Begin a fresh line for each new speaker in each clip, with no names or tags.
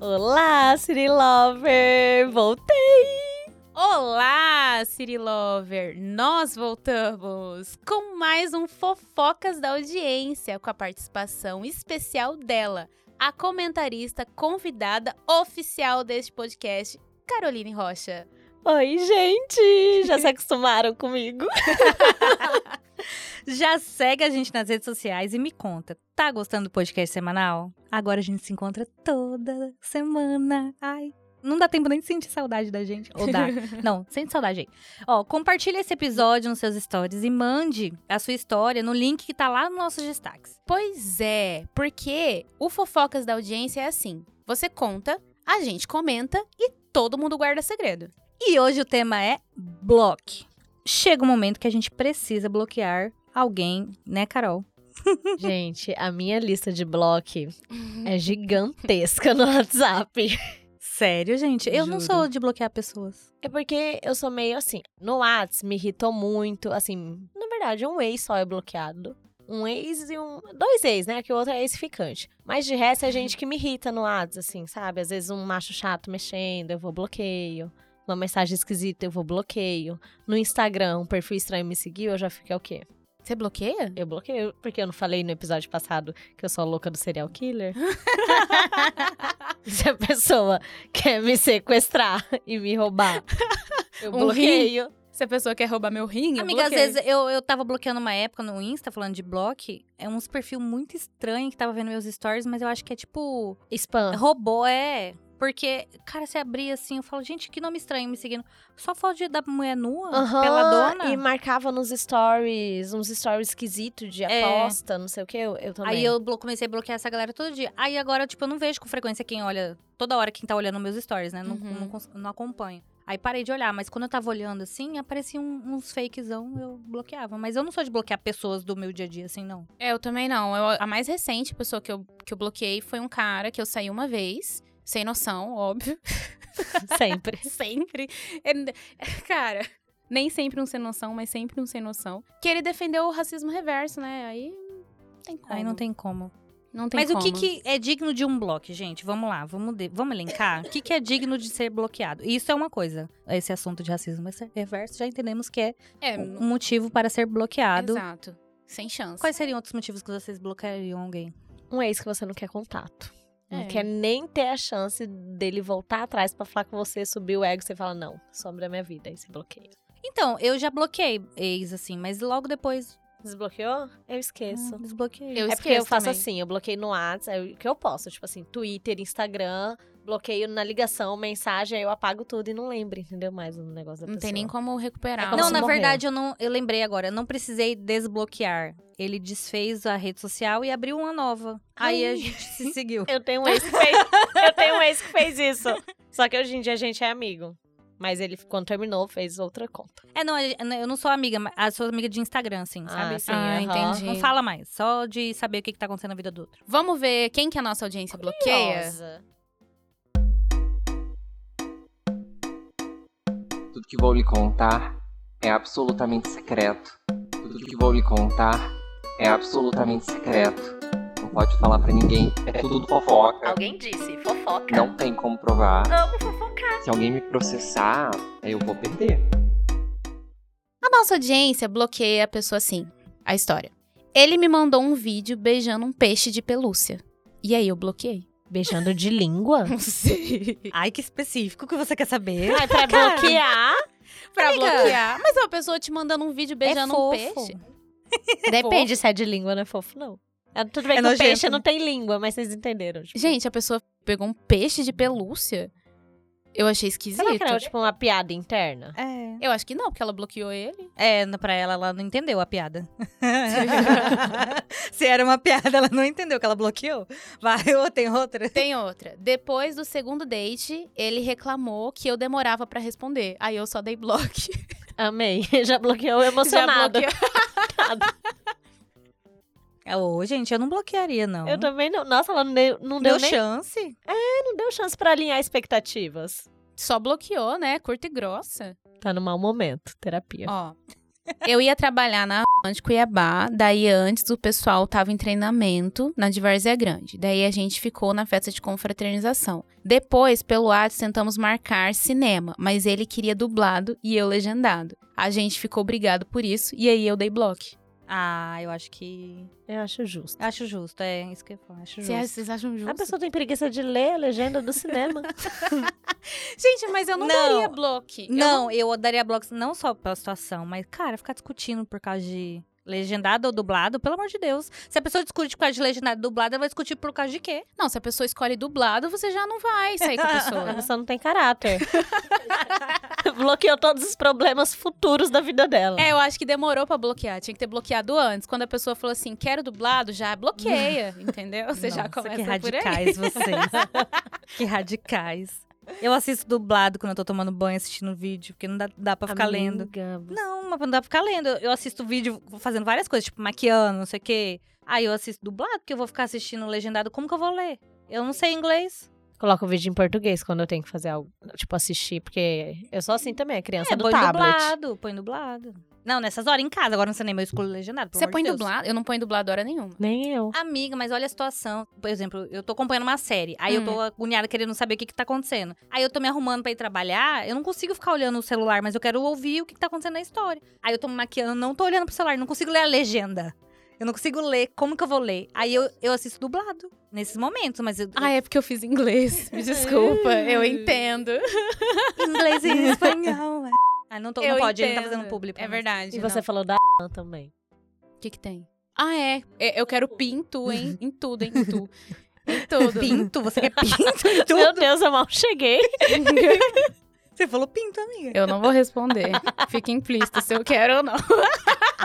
Olá, Siri Lover! Voltei!
Olá, Siri Lover! Nós voltamos com mais um Fofocas da Audiência, com a participação especial dela, a comentarista convidada oficial deste podcast, Caroline Rocha.
Oi, gente! Já se acostumaram comigo?
Já segue a gente nas redes sociais e me conta, tá gostando do podcast semanal? Agora a gente se encontra toda semana. Ai, não dá tempo nem de sentir saudade da gente. Ou dá. não, sente saudade aí. Ó, compartilha esse episódio nos seus stories e mande a sua história no link que tá lá nos nossos destaques.
Pois é, porque o Fofocas da Audiência é assim: você conta, a gente comenta e todo mundo guarda segredo.
E hoje o tema é bloque. Chega o um momento que a gente precisa bloquear alguém, né, Carol?
Gente, a minha lista de bloque é gigantesca no WhatsApp.
Sério, gente? Eu não
Juro.
sou de bloquear pessoas.
É porque eu sou meio assim. No Whats me irritou muito. Assim, na verdade, um ex só é bloqueado. Um ex e um. Dois ex, né? Que o outro é ex-ficante. Mas de resto é gente que me irrita no Whats, assim, sabe? Às vezes um macho chato mexendo, eu vou bloqueio. Uma mensagem esquisita, eu vou bloqueio. No Instagram, um perfil estranho me seguiu, eu já fiquei o quê?
Você bloqueia?
Eu bloqueio, porque eu não falei no episódio passado que eu sou a louca do serial killer. Se a pessoa quer me sequestrar e me roubar, eu
Um
bloqueio.
Se a pessoa quer roubar meu rim, eu
Amiga, às
bloqueio.
vezes eu, eu tava bloqueando uma época no Insta, falando de bloque, é uns perfil muito estranho que tava vendo meus stories, mas eu acho que é tipo.
Spam.
Robô, é. Porque, cara, você abria assim, eu falo, gente, que nome estranho me seguindo. Só foto de- da mulher nua,
Aham,
peladona.
E marcava nos stories, uns stories esquisitos de
É.
aposta, não sei o que, eu, eu também.
Aí eu blo- comecei a bloquear essa galera todo dia. Aí agora, tipo, eu não vejo com frequência quem olha. Toda hora quem tá olhando meus stories, né? Não,
Uhum.
não, cons- não acompanho. Aí parei de olhar, mas quando eu tava olhando assim, aparecia um- uns fakezão, eu bloqueava. Mas eu não sou de bloquear pessoas do meu dia a dia, assim, não.
É, eu também não. Eu- a mais recente pessoa que eu, que eu bloqueei foi um cara que eu saí uma vez, sem noção, óbvio.
Sempre.
sempre. Ele- cara, nem sempre um sem noção, mas sempre um sem noção. Que ele defendeu o racismo reverso, né? Aí não tem como.
Aí não tem como.
Não tem
mas o que,
como.
que é digno de um bloco, gente? Vamos lá, vamos, de- vamos elencar. o que, que é digno de ser bloqueado? Isso é uma coisa. Esse assunto de racismo é reverso, já entendemos que é
É,
um motivo para ser bloqueado.
exato. Sem chance.
Quais seriam outros motivos que vocês bloqueariam alguém?
Um ex que você não quer contato. Não
É.
quer nem ter a chance dele voltar atrás pra falar com você, subir o ego, você fala, não, sobre a minha vida, aí você bloqueia.
Então, eu já bloqueei ex, assim, mas logo depois
Desbloqueou? Eu esqueço.
ah, desbloqueei.
Eu
é porque É eu
esqueço
faço
também.
assim, eu bloqueio no WhatsApp, é o que eu posso, tipo assim, Twitter, Instagram, bloqueio na ligação, mensagem, aí eu apago tudo e não lembro, entendeu? Mais um negócio da
Não tem
pessoa.
nem como recuperar.
É como
Não,
se
na
morreu.
verdade, eu não. Eu lembrei agora, eu não precisei desbloquear. Ele desfez a rede social e abriu uma nova. Aí
Ai.
a gente se seguiu.
Eu tenho um ex que fez, eu tenho um ex que fez isso. Só que hoje em dia a gente é amigo. Mas ele, quando terminou, fez outra conta.
É, não, eu não sou amiga, mas eu sou amiga de Instagram, assim, sabe?
Ah, sim,
Ah,
aham.
entendi.
Não fala mais, só de saber o que, que tá acontecendo na vida do outro.
Vamos ver quem que a nossa audiência bloqueia.
Curiosa.
Tudo que vou lhe contar é absolutamente secreto. Tudo que vou lhe contar é absolutamente secreto. Não pode falar pra ninguém. É tudo fofoca.
Alguém disse fofoca.
Não tem como provar.
Amo fofocar.
Se alguém me processar, eu vou perder.
A nossa audiência bloqueia a pessoa assim, a história. Ele me mandou um vídeo beijando um peixe de pelúcia. E aí eu bloqueei.
é? Beijando de língua?
Não sei.
Ai, que específico que você quer saber.
Ai, pra bloquear?
pra
Amiga.
bloquear. Mas é uma pessoa te mandando um vídeo beijando um
fofo.
peixe.
Depende se é de língua, não é fofo, não. É, tudo bem
É
que o
nojento,
peixe
né?
não tem língua, mas vocês entenderam. Tipo,
Gente, a pessoa pegou um peixe de pelúcia. Eu achei
será
esquisito.
que era tipo uma piada interna?
É.
Eu acho que não, porque ela bloqueou ele.
É, no- pra ela, ela não entendeu a piada. Se era uma piada, ela não entendeu que ela bloqueou. Vai, ou tem outra.
Tem outra. Depois do segundo date, ele reclamou que eu demorava pra responder. Aí eu só dei bloco.
Amei. Já bloqueou emocionado.
bloqueou.
É, Ô, gente, eu não bloquearia, não.
Eu também não. Nossa, ela não deu, não deu,
Deu
nem,
chance?
não deu chance pra alinhar expectativas.
Só bloqueou, né? Curta e grossa.
Tá no mau momento, terapia.
Ó, eu ia trabalhar na de Cuiabá. Daí antes o pessoal tava em treinamento na Diversia Grande. Daí a gente ficou na festa de confraternização. Depois, pelo WhatsApp, tentamos marcar cinema, mas ele queria dublado e eu legendado. A gente ficou brigado por isso e aí eu dei bloco.
Ah, eu acho que.
Eu acho justo.
Acho justo, é isso que eu falo. Acho é- justo.
Vocês acham
A pessoa tem preguiça de ler a legenda do cinema.
Gente, mas eu não,
Não.
daria bloco. Eu
Não, eu daria blocos não só pela situação, mas, cara, ficar discutindo por causa de legendado ou dublado, pelo amor de Deus. Se a pessoa discute por causa de legendado ou dublado, ela vai discutir por causa de quê?
Não, se a pessoa escolhe dublado, você já não vai sair com a
a
pessoa.
pessoa não tem caráter. Bloqueou todos os problemas futuros da vida dela.
É, eu acho que demorou pra bloquear. Tinha que ter bloqueado antes. Quando a pessoa falou assim, quero dublado, já bloqueia, entendeu? Você já
Nossa,
começa
que
por aí.
radicais vocês. que radicais. Eu assisto dublado quando eu tô tomando banho, assistindo vídeo, porque não dá, dá pra ficar lendo.
lendo.
Não, mas não dá pra ficar lendo. Eu assisto vídeo fazendo várias coisas, tipo maquiando, não sei o quê. Aí eu assisto dublado, porque eu vou ficar assistindo legendado. Como que eu vou ler? Eu não sei inglês.
Coloca o vídeo em português quando eu tenho que fazer algo, tipo, assistir, porque eu sou assim também, a criança
é,
do
põe
tablet.
dublado, põe dublado. Não, nessas horas em casa, agora no cinema eu escolho legendado. pelo
Você
amor de
põe
Deus.
dublado? Eu não ponho dublado hora nenhuma.
Nem eu.
Amiga, mas olha a situação. Por exemplo, eu tô acompanhando uma série. Aí
Hum.
eu tô agoniada querendo saber o que, que tá acontecendo. Aí eu tô me arrumando pra ir trabalhar. Eu não consigo ficar olhando o celular, mas eu quero ouvir o que, que tá acontecendo na história. Aí eu tô me maquiando, não tô olhando pro celular, não consigo ler a legenda. Eu não consigo ler. Como que eu vou ler? Aí eu, eu assisto dublado nesses momentos, mas eu,
Ah, é porque eu fiz inglês. Me desculpa, eu entendo.
inglês e espanhol. é. Ah, não, tô, não
Eu
pode, ele não tá
entendo.
fazendo público.
É verdade.
E você falou da também.
O que que tem? Ah, é. É, Eu quero pin em tu, hein? Em tudo, hein? Em tu. Em tudo.
Pinto? Você quer pinto e
Meu
tudo?
Deus, eu mal cheguei.
Você falou pinto, amiga.
Eu não vou responder. Fica implícito se eu quero ou não.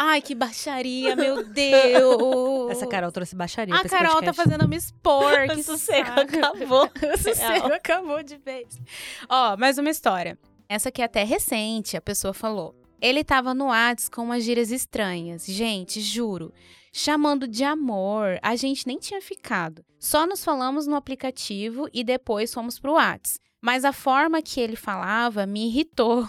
Ai, que baixaria, meu Deus.
Essa Carol trouxe baixaria
A
pra esse
Carol tá
podcast.
fazendo eu me expor.
O
Que
sossego
saco.
acabou. É,
O sossego acabou de vez. Ó, mais uma história. Essa aqui é até recente, a pessoa falou. Ele tava no Whats com umas gírias estranhas. Gente, juro. Chamando de amor, a gente nem tinha ficado. Só nos falamos no aplicativo e depois fomos pro Whats. Mas a forma que ele falava me irritou.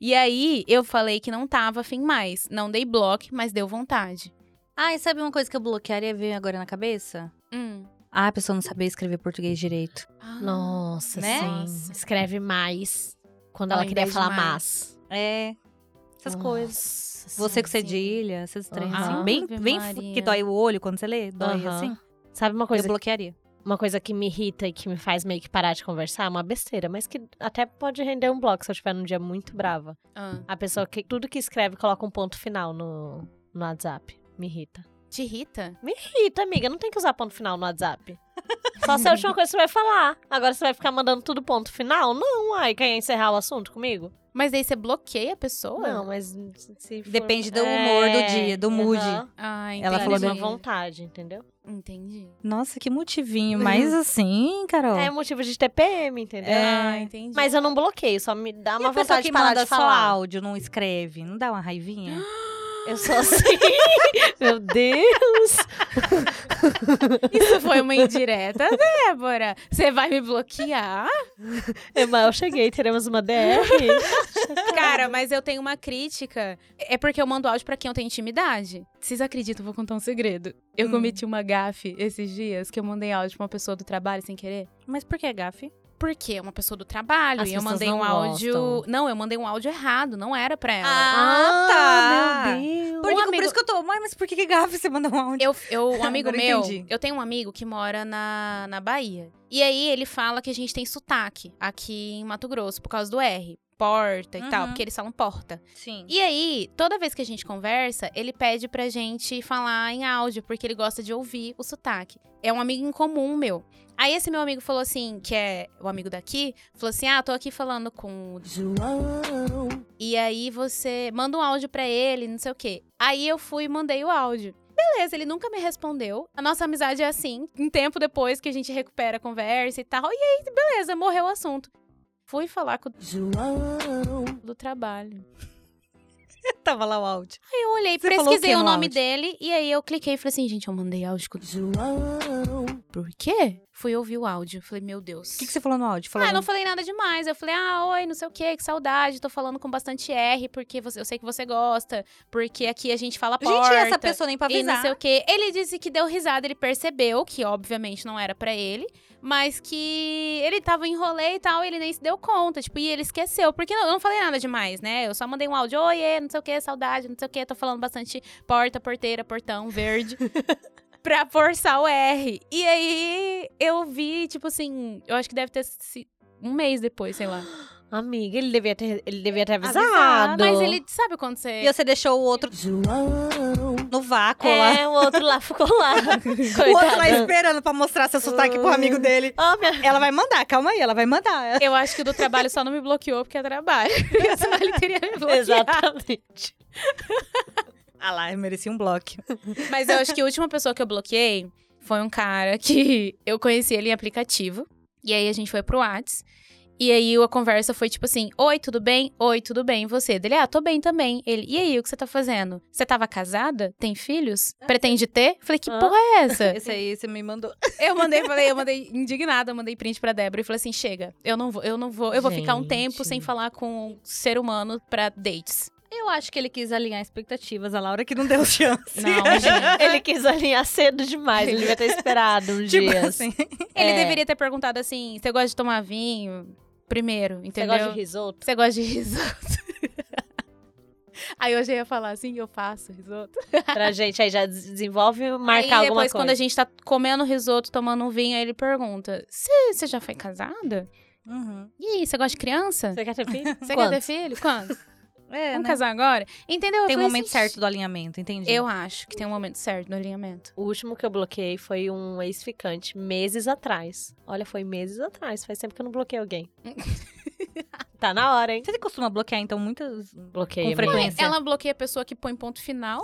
E aí eu falei que não tava afim mais. Não dei bloco, mas deu vontade.
Ah, e sabe uma coisa que eu bloquearia ver agora na cabeça?
Hum.
Ah, a pessoa não sabia escrever português direito.
Ah.
Nossa,
Né?
sim. Escreve mais quando
Ao
ela queria
invés de
falar
mais.
mais.
É. Essas coisas. Você com
sim.
cedilha, esses trem
Aham.
assim. Bem,
Ave
bem
Maria.
que dói o olho quando você lê. Dói
Aham.
assim.
Sabe uma
Eu
coisa,
bloquearia.
uma coisa que me irrita e que me faz meio que parar de conversar? Uma besteira, mas que até pode render um bloco se eu estiver num dia muito brava.
Ah.
A pessoa que tudo que escreve coloca um ponto final no, no WhatsApp. Me irrita.
Te irrita?
Irrita, amiga. Não tem que usar ponto final no WhatsApp. Só se é a última coisa que você vai falar. Agora você vai ficar mandando tudo ponto final? Não, ai. Quer encerrar o assunto comigo?
Mas aí você bloqueia a pessoa?
Não, mas se for- É,
Depende do humor do dia, do mood.
aham.
Ah, entendi.
Ela
Ela falou
falou de
de
uma
uma vontade, entendeu?
Entendi.
Nossa, que motivinho. Mas assim, Carol.
É motivo de TPM, entendeu?
Ah, entendi.
É. Mas eu não bloqueio, só me dá
É. E
uma
a pessoa
vontade
que
de parar
manda
de
só
falar.
áudio, não escreve, não dá uma raivinha?
Eu sou assim. Meu Deus.
Isso foi uma indireta, Débora. Você vai me bloquear?
Eu mal cheguei, teremos uma DR.
Cara, mas eu tenho uma crítica. É porque eu mando áudio pra quem eu tenho intimidade. Vocês acreditam, eu vou contar um segredo. Eu
Hum.
cometi uma gafe esses dias que eu mandei áudio pra uma pessoa do trabalho sem querer.
Mas por que, Gafe?
Por quê? Uma pessoa do trabalho.
As
e eu
pessoas
mandei um
não
áudio.
gostam.
Não, eu mandei um áudio errado, não era pra ela.
Ah, tá.
Meu Deus.
Por, que-
Um amigo-
por isso que eu tô. Mãe, mas por que, que Gafe você mandou um áudio?
Eu, eu- um amigo
Agora eu
meu,
entendi.
eu tenho um amigo que mora na, na Bahia. E aí ele fala que a gente tem sotaque aqui em Mato Grosso por causa do R, porta e tal,
Uhum.
porque eles falam porta.
Sim.
E aí, toda vez que a gente conversa, ele pede pra gente falar em áudio, porque ele gosta de ouvir o sotaque. É um amigo em comum meu. Aí esse meu amigo falou assim, que é o amigo daqui, falou assim: "Ah, tô aqui falando com o
João.
e aí você manda um áudio pra ele, não sei o quê. Aí eu fui e mandei o áudio. Beleza, ele nunca me respondeu. A nossa amizade é assim, um tempo depois que a gente recupera a conversa e tal. E aí, beleza, morreu o assunto. Fui falar com o João do trabalho.
Tava lá o áudio.
Aí eu olhei,
Você falou o
pesquisei
quê
o,
no
nome
áudio?
dele e aí eu cliquei e falei assim, gente, eu mandei áudio com João. Por quê? Fui ouvir o áudio, falei, meu Deus.
O que, que você tá falou no áudio? Falou
Ah, eu não falei nada demais. Eu falei, ah, oi, não sei o quê, que saudade. Tô falando com bastante R, porque você- eu sei que você gosta. Porque aqui a gente fala porta.
Gente, e essa pessoa nem pra
E
avisar.
não sei o quê. Ele disse que deu risada, ele percebeu que, obviamente, não era pra ele, mas que ele tava em rolê e tal, e ele nem se deu conta, tipo, e ele esqueceu. Porque não, eu não falei nada demais, né? Eu só mandei um áudio, oiê, não sei o quê, saudade, não sei o quê, tô falando bastante porta, porteira, portão, verde. pra forçar o R. E aí eu vi, tipo assim, eu acho que deve ter sido um mês depois, sei lá.
Amiga, ele devia ter, ele devia ter avisado.
Mas ele sabe quando você.
E você deixou o outro no vácuo lá.
É, o outro lá ficou lá.
O outro lá
Coitado.
esperando pra mostrar seu sotaque pro amigo dele.
Ó, minha-
Ela vai mandar, calma aí, ela vai mandar.
Eu acho que o do trabalho só não me bloqueou porque é trabalho. Senão ele teria me bloqueado.
Exatamente.
Ah lá, eu mereci um bloco.
Mas eu acho que a última pessoa que eu bloqueei foi um cara que eu conheci ele em aplicativo. E aí a gente foi pro Whats. E aí a conversa foi tipo assim: Oi, tudo bem? Oi, tudo bem? E Você? Dele, ah, tô bem também. Ele, e aí, o que você tá fazendo? Você tava casada? Tem filhos? Pretende ter? Falei, que
Ah, é. Hã?
porra é essa?
Esse aí você me mandou.
Eu mandei, falei, eu mandei indignada, eu mandei print pra Débora e falei assim: chega, eu não vou, eu não vou, eu vou ficar um
Gente.
tempo sem falar com um ser humano pra dates.
Eu acho que ele quis alinhar expectativas. A Laura que não deu chance.
Não, gente.
Ele quis alinhar cedo demais, ele devia ter esperado uns
Tipo
dias.
assim.
Ele
É.
deveria ter perguntado assim: você gosta de tomar vinho? Primeiro,
Você
entendeu?
gosta de risoto?
Você gosta de risoto? Aí hoje eu ia falar assim, eu faço risoto.
Pra gente, aí já des- desenvolve marcar
aí
alguma
depois,
coisa.
quando a gente tá comendo risoto, tomando um vinho, aí ele pergunta: "Cê- Você já foi casada?
Uhum.
E aí, você gosta de criança?
Você quer ter filho?
Você quer
Quantos?
ter filho? Quando?
É,
Vamos
né?
casar agora? Entendeu? Eu
Tem um
falei
momento
assim,
certo do alinhamento, entendi.
Eu acho que tem um momento certo no alinhamento.
O último que eu bloqueei foi um ex-ficante, meses atrás. Olha, foi meses atrás, faz tempo que eu não bloqueei alguém. tá na hora, hein?
Você costuma bloquear, então, muitas...
Bloqueei.
Com frequência.
Ela bloqueia a pessoa que põe ponto final.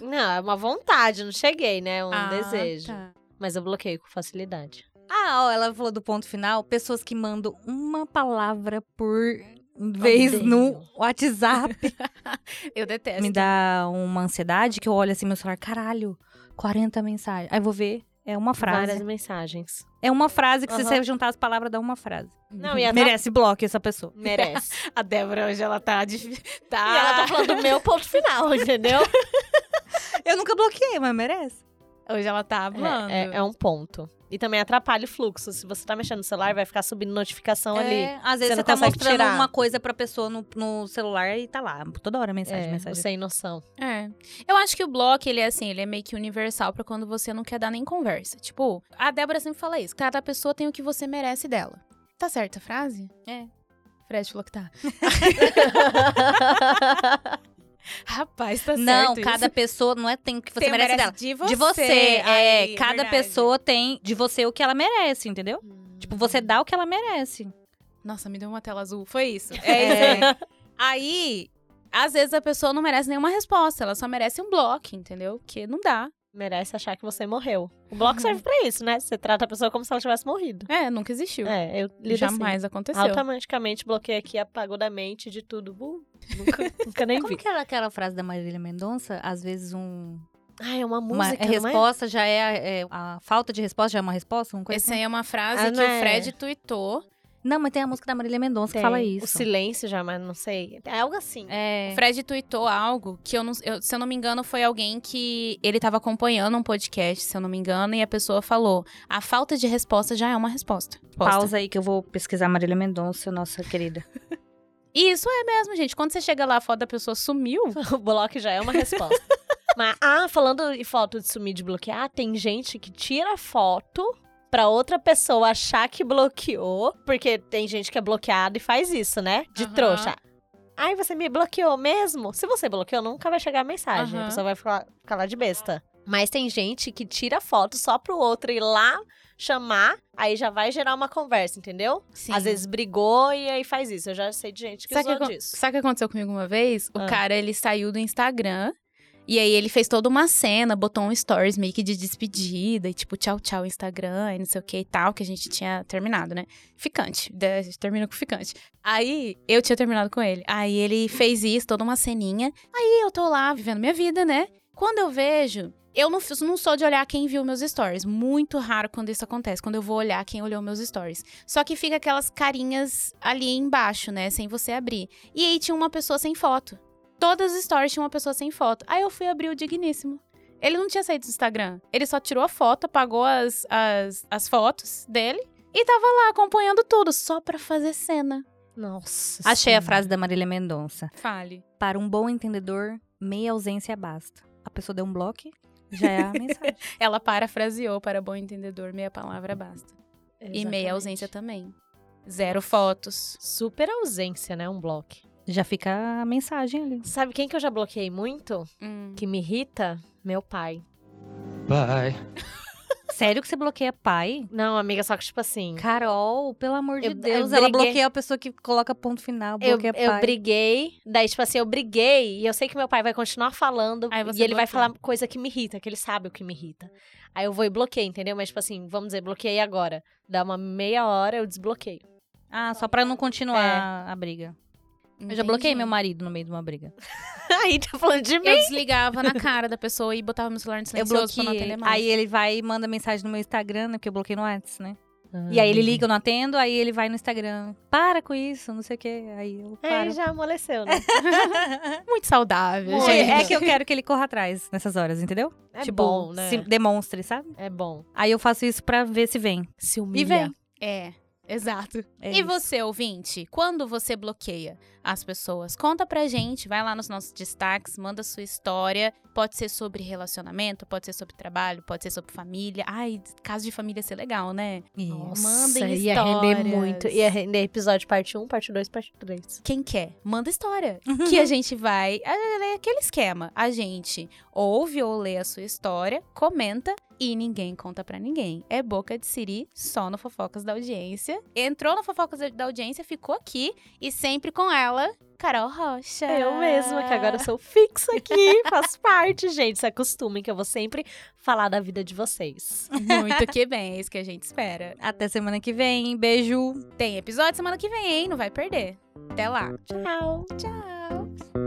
Não, é uma vontade, não cheguei, né? É Um
Ah,
desejo.
tá.
Mas eu bloqueio com facilidade.
Ah, ó, ela falou do ponto final. Pessoas que mandam uma palavra por vez
Odeio.
no WhatsApp.
Eu detesto.
Me dá uma ansiedade que eu olho assim meu celular, caralho, 40 mensagens. Aí vou ver, é uma frase.
Várias mensagens.
É uma frase que se
Aham.
você juntar as palavras dá uma frase.
Não, e a
Merece bloco essa pessoa.
Merece.
A Débora hoje ela tá. dif-
E ela tá falando do meu ponto final, entendeu?
Eu nunca bloqueei, mas merece.
Hoje ela tá hablando.
É, é- é um ponto. E também atrapalha o fluxo. Se você tá mexendo no celular, vai ficar subindo notificação ali.
É, Às
Você
vezes você,
não
tá
consegue
mostrando
tirar.
uma coisa pra pessoa no, no celular e tá lá. Toda hora mensagem,
É, o
mensagem.
sem noção.
É. Eu acho que o bloco, ele é assim, ele é meio que universal pra quando você não quer dar nem conversa. Tipo, a Débora sempre fala isso. Cada pessoa tem o que você merece dela. Tá certa a frase? É. Fred falou que tá. Rapaz, tá
não,
certo
cada
isso.
pessoa não é tem o que você
Tem o
merece dela.
De
De você, é,
Aí,
cada
verdade.
pessoa tem de você o que ela merece, entendeu? Tipo, você dá o que ela merece.
Hum. Nossa, me deu uma tela azul. Foi isso. É isso. Aí, às vezes a pessoa não merece nenhuma resposta. Ela só merece um bloco, entendeu? Porque não dá.
Merece achar que você morreu. O bloco serve pra isso, né? Você trata a pessoa como se ela tivesse morrido.
É, nunca existiu.
É, eu lido
Jamais
assim.
aconteceu.
Automaticamente bloqueei aqui, apagou da mente de tudo. Uh, nunca, nunca nem
Como
vi.
que era aquela frase da Marília Mendonça? Às vezes um
Ah, é uma
Uma
música, não é?
resposta já é, é- A falta de resposta já é uma resposta? Uma coisa
Essa
assim?
aí é uma frase
Ah,
que
não
o
é?
Fred tuitou.
Não, mas tem a música da Marília Mendonça
Tem.
que fala
O
isso.
silêncio já, mas não sei. É algo assim.
É.
O Fred tuitou algo que eu não. eu- se eu não me engano, foi alguém que. Ele tava acompanhando um podcast, se eu não me engano, e a pessoa falou: a falta de resposta já é uma resposta. Resposta.
Pausa aí que eu vou pesquisar Marília Mendonça, nossa querida.
E isso é mesmo, gente. Quando você chega lá, a foto da pessoa sumiu.
O bloco já é uma resposta. Mas, ah, falando em foto de sumir de bloquear, tem gente que tira foto pra outra pessoa achar que bloqueou, porque tem gente que é bloqueada e faz isso, né? De
Aham.
trouxa. Ai, você me bloqueou mesmo? Se você bloqueou, nunca vai chegar a mensagem. A
Aham.
pessoa vai ficar, ficar lá de besta. Mas tem gente que tira foto só pro outro ir lá chamar, aí já vai gerar uma conversa, entendeu?
Sim.
Às vezes brigou e aí faz isso. Eu já sei de gente que
Sabe o
usou
que, acon-
disso.
sabe o que aconteceu comigo uma vez? O
Ah.
cara, ele saiu do Instagram E aí ele fez toda uma cena, botou um stories meio que de despedida, e tipo, tchau, tchau, Instagram, e não sei o que e tal, que a gente tinha terminado, né? Ficante. da- A gente termina com ficante. Aí eu tinha terminado com ele. Aí ele fez isso, toda uma ceninha. Aí eu tô lá vivendo minha vida, né? Quando eu vejo. Eu não, fiz- não sou de olhar quem viu meus stories. Muito raro quando isso acontece, quando eu vou olhar quem olhou meus stories. Só que fica aquelas carinhas ali embaixo, né? Sem você abrir. E aí tinha uma pessoa sem foto. Todas as stories tinham uma pessoa sem foto. Aí eu fui abrir o Digníssimo. Ele não tinha saído do Instagram. Ele só tirou a foto, apagou as, as, as fotos dele e tava lá acompanhando tudo, só pra fazer cena.
Nossa.
Achei a
Senhora.
frase da Marília Mendonça.
Fale.
Para um bom entendedor, meia ausência basta. A pessoa deu um bloco, já é a mensagem.
Ela parafraseou para bom entendedor, meia palavra basta. E meia ausência também. Zero fotos.
Super ausência, né? Um bloco.
Já fica a mensagem ali.
Sabe quem que eu já bloqueei muito?
Hum.
Que me irrita? Meu pai.
Bye.
Sério que você bloqueia pai?
Não, amiga, só que tipo assim.
Carol, pelo amor de
Eu- eu
Deus, ela
briguei.
bloqueia a pessoa que coloca ponto final,
Eu,
bloqueia
eu
pai.
briguei, daí, tipo assim, eu briguei e eu sei que meu pai vai continuar falando
Aí
e ele
você
vai
bloqueia.
falar coisa que me irrita, que ele sabe o que me irrita. Aí eu vou e bloqueio, entendeu? Mas, tipo assim, vamos dizer, bloqueei agora. Dá uma meia hora, eu desbloqueio.
Ah, só pra não continuar a briga. Eu já bloqueei meu marido no meio de uma briga.
Aí tá falando de
Eu
mim.
desligava na cara da pessoa e botava meu celular no
Eu
silencioso pra não
bloqueei.
atender mais.
Aí ele vai e manda mensagem no meu Instagram, né? Porque eu bloqueei no WhatsApp, né? E
Ah,
aí ele
entendi.
liga, eu não atendo, aí ele vai no Instagram. Para com isso, não sei o quê. Aí eu
Aí
paro.
já amoleceu, né?
Muito saudável,
Muito.
gente.
É que eu quero que ele corra atrás nessas horas, entendeu?
É
tipo,
bom, né?
se demonstre, sabe?
É bom.
Aí eu faço isso pra ver se vem.
Se humilha.
E vem.
É, exato.
É
e
isso.
você, ouvinte, quando você bloqueia as pessoas, conta pra gente, vai lá nos nossos destaques, manda sua história. Pode ser sobre relacionamento, pode ser sobre trabalho, pode ser sobre família. Ai, caso de família ia ser legal, né?
Nossa,
Mandem
ia render
histórias.
muito. Ia render episódio parte 1, parte 2, parte 3.
Quem quer, manda história.
Uhum.
que a gente vai. É aquele esquema. A gente ouve ou lê a sua história, comenta e ninguém conta pra ninguém. É boca de Siri só no Fofocas da Audiência. Entrou no Fofocas da Audiência, ficou aqui e sempre com ela, Carol Rocha.
É Eu mesma, que agora eu sou fixa aqui, faço parte, gente. Se acostumem que eu vou sempre falar da vida de vocês.
Muito que bem, é isso que a gente espera.
Até semana que vem. Beijo.
Tem episódio semana que vem, hein? Não vai perder. Até lá.
Tchau!
Tchau.